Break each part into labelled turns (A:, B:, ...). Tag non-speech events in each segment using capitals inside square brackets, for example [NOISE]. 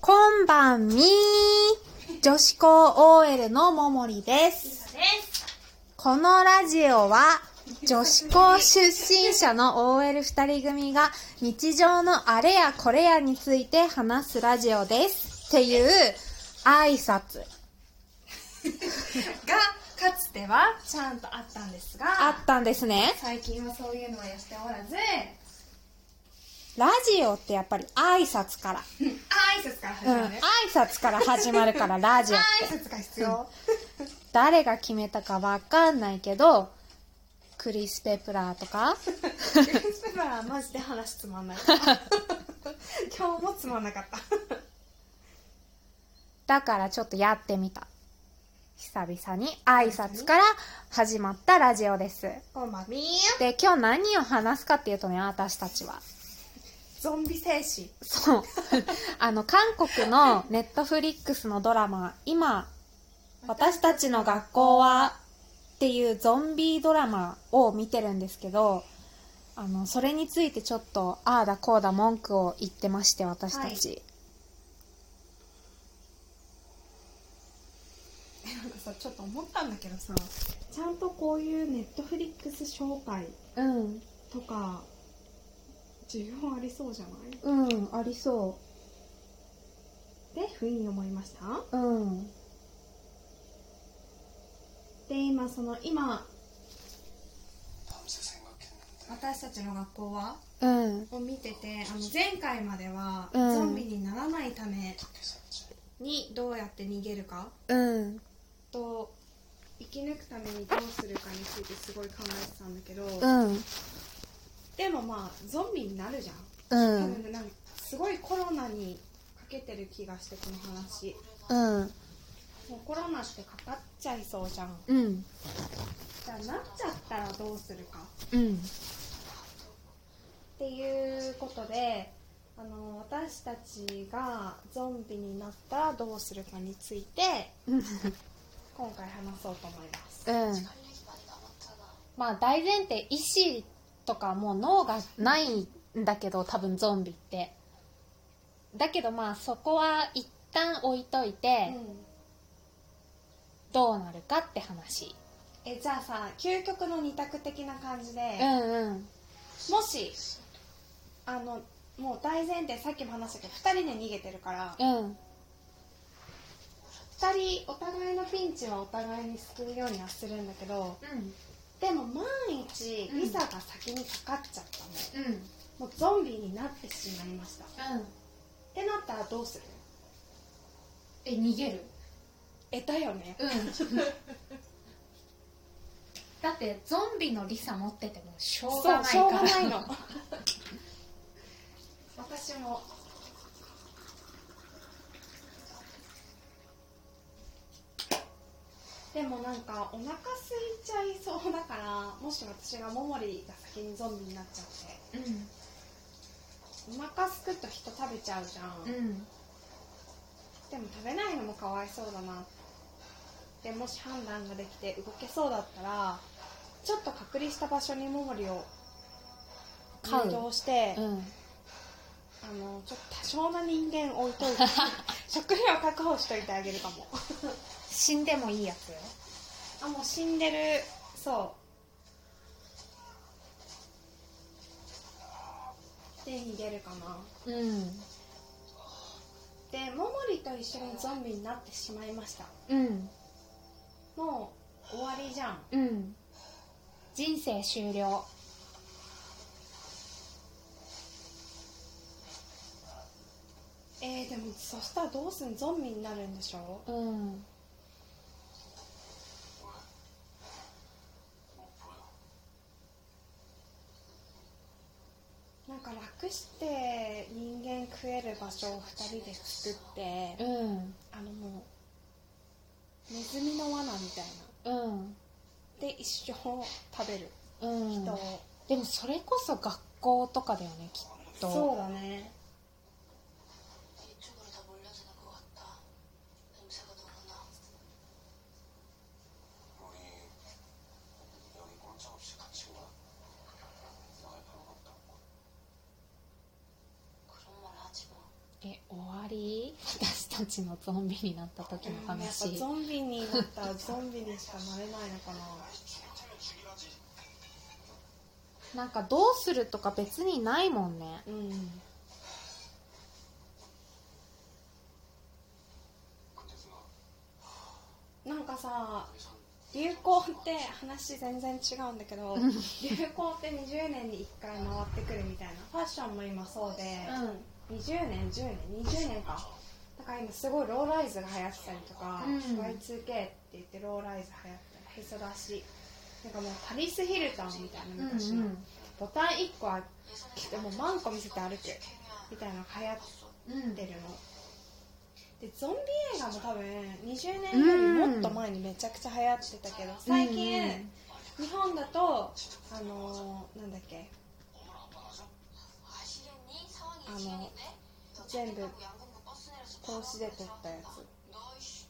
A: こんばんみー女子校 OL のももりです。
B: です。
A: このラジオは女子校出身者の OL2 人組が日常のあれやこれやについて話すラジオですっていう挨拶
B: が、かつてはちゃんとあったんですが、
A: あったんですね
B: 最近はそういうのはやっておらず、
A: ラジオってやっぱり挨拶から、
B: うん挨拶から始
A: うん、
B: まる
A: 挨。拶から始まるからラジオって
B: 挨拶が必要。
A: 誰が決めたかわかんないけどクリス・ペプラーとか
B: ス [LAUGHS] ペラーマジで話つまん [LAUGHS] ない。今日もつまんなかった。
A: だからちょっとやってみた久々に挨拶から始まったラジオです
B: おまみ
A: で今日何を話すかっていうとね私たちは
B: ゾンビ精神。
A: [LAUGHS] そうあの韓国のネットフリックスのドラマ「今私たちの学校は」っていうゾンビドラマを見てるんですけどあのそれについてちょっとああだこうだ文句を言ってまして私たち、
B: なんかさ、ちょっと思ったんだけどさ、ちゃんとこういうネットフリックス紹介
A: うん
B: とか、需要ありそうじゃない
A: うんありそ
B: で、不意に思いました
A: ううん
B: で今その今私たちの学校は
A: うん
B: を見ててあの前回までは
A: うん
B: ゾンビにならないためにどうやって逃げるか
A: うん
B: と生き抜くためにどうするかについてすごい考えてたんだけど、
A: うん
B: でもまあゾンビになるじゃ
A: うん
B: 多
A: ん
B: 分なんかすごいコロナにかけてる気がしてこの話
A: うん
B: もうコロナってかかっちゃいそうじゃん
A: うん
B: じゃあなっちゃったらどうするか
A: うん
B: っていうことであの私たちがゾンビになったらどうするかについて今回話そうと思います
A: うん、まあ大前提意志とかもう脳がないんだけど多分ゾンビってだけどまあそこは一旦置いといて、
B: うん
A: どうなるかって話
B: えじゃあさ究極の二択的な感じで、
A: うんうん
B: もしあのもう大前提さっきも話したけど2人で逃げてるから
A: うん
B: 2人お互いのピンチはお互いに救うようにはするんだけどでも万一
A: うん
B: リサが先にかかっちゃったの、
A: うんうん
B: もうゾンビになってしまいましたってなったらどうする
A: え逃げる
B: えだよね
A: うんだってゾンビのリサ持っててもしょうがないから
B: しょうがないの [LAUGHS] 私もでもなんかお腹空いちゃいそうだからもし私がモモリが先にゾンビになっちゃってお腹すくと人食べちゃうじゃん、
A: うんうん
B: でも食べないのもかわいそうだなでもし判断ができて動けそうだったらちょっと隔離した場所にモモリを
A: 飼う
B: 誘導して、
A: うん
B: あのちょっと多少な人間置いとい
A: [LAUGHS]
B: て食料確保しといてあげるかも
A: 死んでもいいやつよ
B: あもう死んでるそうで逃げるかな
A: うん
B: でモモリと一緒にゾンビになってしまいました
A: うん
B: もう終わりじゃん
A: うん人生終了
B: えー、でもそしたらどうすんゾンビになるんでしょ
A: うん
B: なんか楽して人間食える場所を2人で作って
A: うん
B: あのもうネズミの罠みたい
A: うん
B: なで一生食べる
A: うん
B: 人を、
A: でもそれこそ学校とかだよねきっと
B: そうだね
C: 이쪽으로 다 몰려드는 것 같다. 냄새가 너무나.
D: 우리 뭐 여기 꼼짝없이 같이 와. 나갈 방법도 없고.
C: 그런 말 하지 마.
A: え終わり
B: ビ
A: 私たちのゾンビになった時の
B: やっぱ
A: 話
B: ゾンビになったらゾンビにしかなれないのかな
A: なんかどうするとか別にないもんね
B: うんなんかさ流行って話全然違うんだけど流行って20年に1回回ってくるみたいなファッションも今そうで、20年10年20年かだから今すごいローライズが流行ってたりとか、
A: うん
B: Y2K って言ってローライズ流行ってへそ出しなんかもうパリス・ヒルトンみたいな昔の、ボタン1個は着てもうマンコ見せて歩くみたいなのが流行って
A: うんうん
B: ってるのでゾンビ映画も多分20年よりもっと前にめちゃくちゃ流行ってたけど最近日本だとあのーなんだっけあの全部投資で撮ったや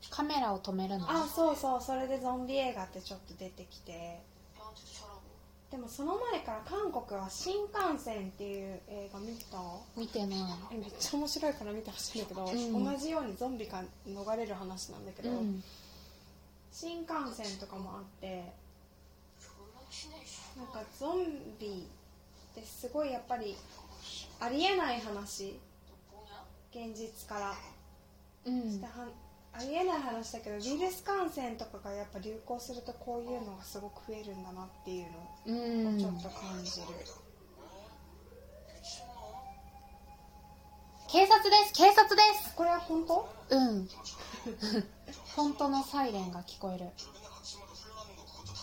B: つ
A: カメラを止めるの
B: あそうそうそれでゾンビ映画ってちょっと出てきてでもその前から韓国は「新幹線」っていう映画見た
A: 見てない
B: えめっちゃ面白いから見てほしいんだけど、
A: うん
B: 同じようにゾンビから逃れる話なんだけ
A: う
B: ど、
A: ん
B: 新幹線とかもあってなんかゾンビってすごいやっぱりありえない話現実から、
A: うん
B: ではありえない話だけどウイルス感染とかがやっぱ流行するとこういうのがすごく増えるんだなっていう
A: う
B: のをちょ
A: ん
B: っと感じる、
A: 警察です警察です
B: これは本当
A: うん本当のサイレンが聞こえる
D: 구리빛깔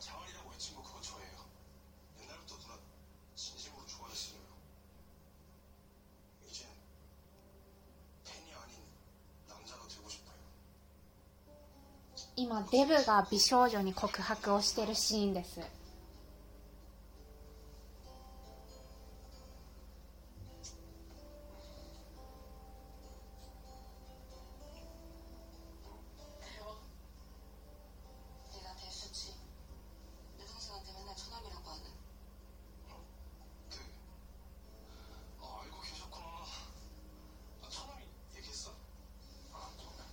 D: 자활이라고 외친 거 그거 저예요. 옛날부터 누나 진심으로 좋아했어요. 이젠 팬이 아닌 남자가 되고 싶어요.
A: 今デブが美少女に告白をしてるシーンです
D: 그, 아, 알고 계셨구나. 아, 처음에 얘기했어? 아, 정말.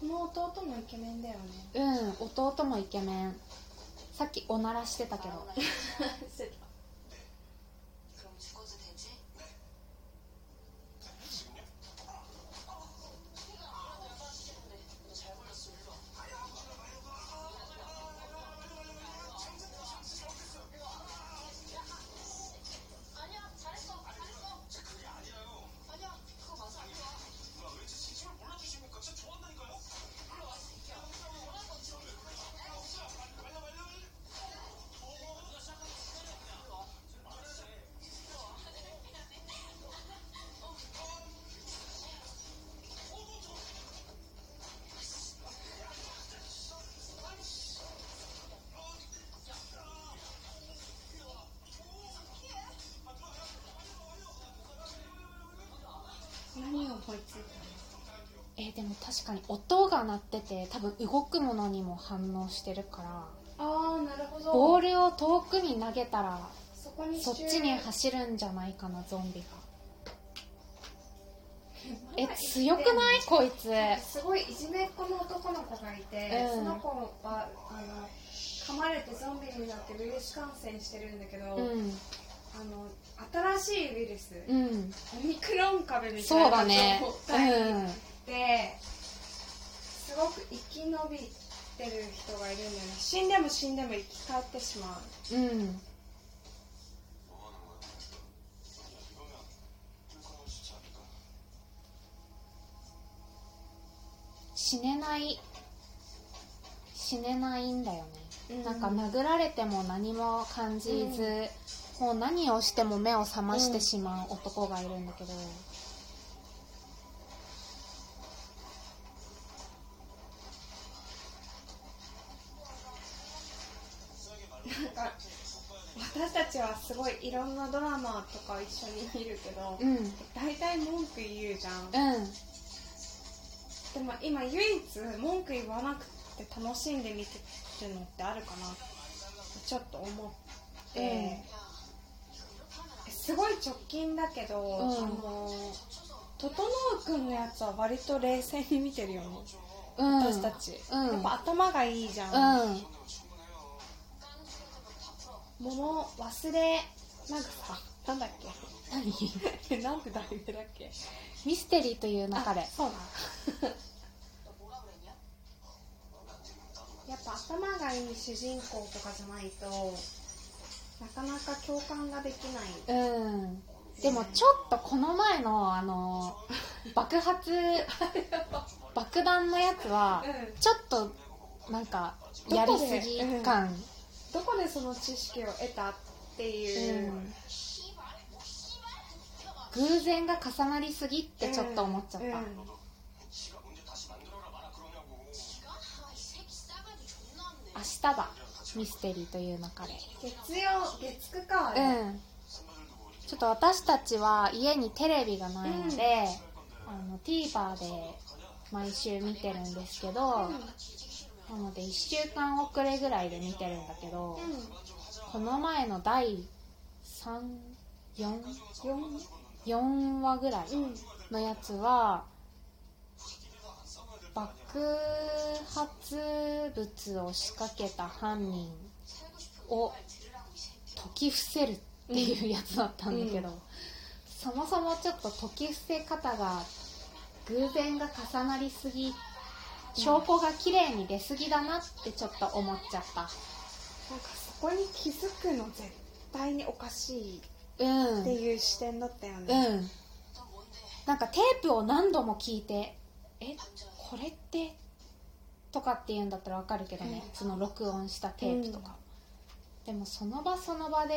B: この弟もイケメンだ
A: [LAUGHS]
B: よね
A: うん弟もイケメンさっきおならしてたけど
C: 그럼 죽어도 되
D: 지
C: 지?
D: 금요?
C: 잘 골랐어, 일로 와. 아니야, 잘했어, 잘했어.
D: 그게 아니라요.
C: 아니야, 그거 맞아.
D: 누나 왜 제 진심을 몰라주십니까? 저 좋아한다니까요?
B: 何を思いつい
A: えーでも確かに音が鳴ってて多分動くものにも反応してるから
B: たのああなるほど
A: ボールを遠くに投げたら
B: そこに
A: そっちに走るんじゃないかなゾンビがえ強くないこいつ
B: すごいいじめっ子の男の子がいて、
A: うん
B: その子はあの噛まれてゾンビになってウイルス感染してるんだけど、
A: うん
B: あの新しいウイルス、
A: うん
B: オミクロン株みた
A: そう
B: いな
A: だね
B: のを
A: う
B: 持って
A: ん
B: すごく生き延びてる人がいるんだよね死んでも死んでも生き返ってしまう
A: うん
D: 뭐 하는 거야? 야, 이거면 불공을 시치 않을까?
A: 死ねない死ねないんだよね、
B: うん
A: なんか殴られても何も感じず、もう何をしても目を覚ましてしまう男がいるんだけど、
B: なんか私たちはすごいいろんなドラマとか一緒に見るけど、
A: うんうん
B: 大体文句言うじゃんでも今唯一文句言わなくて楽しんで見てるのってあるかなってちょっと思って、
A: うん
B: えすごい直近だけど、
A: ん
B: あの整くんのやつは割と冷静に見てるよね
A: うん
B: 私たち、
A: うん
B: やっぱ頭がいいじゃ
A: う
B: ん、
A: ん
B: 物忘れなんかさなんだっけなんて題名だっけ
A: ミステリーという
B: あ
A: 中で
B: そうだやっぱ頭がいい主人公とかじゃないとなかなか共感ができない
A: うんでもちょっとこの前のあの爆発爆弾のやつは
B: うん
A: ちょっとなんかやりすぎ感
B: どこでその知識を得たっていう、
A: うん偶然が重なりすぎってちょっと思っちゃった、
B: うんうん
D: 지가 문제 다시 만들어라 마라 그러냐고.
A: 明日だミステリーという中で
B: 月曜月9かあ
A: う
B: れ
A: んちょっと私たちは家にテレビがないので、あの TVer で毎週見てるんですけど、なので1週間遅れぐらいで見てるんだけど、この前の第34
B: うん
A: 話ぐらい
B: うん
A: のやつは爆発物を仕掛けた犯人を解き伏せるっていうやつだったんだけど、そもそもちょっと解き伏せ方が偶然が重なりすぎ証拠が綺麗に出すぎだなってちょっと思っちゃった
B: なんかそこに気づくの絶対におかしい
A: うん
B: っていう視点だったよ
A: う
B: ね、
A: んなんかテープを何度も聞いて「えこれって?」とかって言うんだったらわかるけどね、その録音したテープとか、でもその場その場で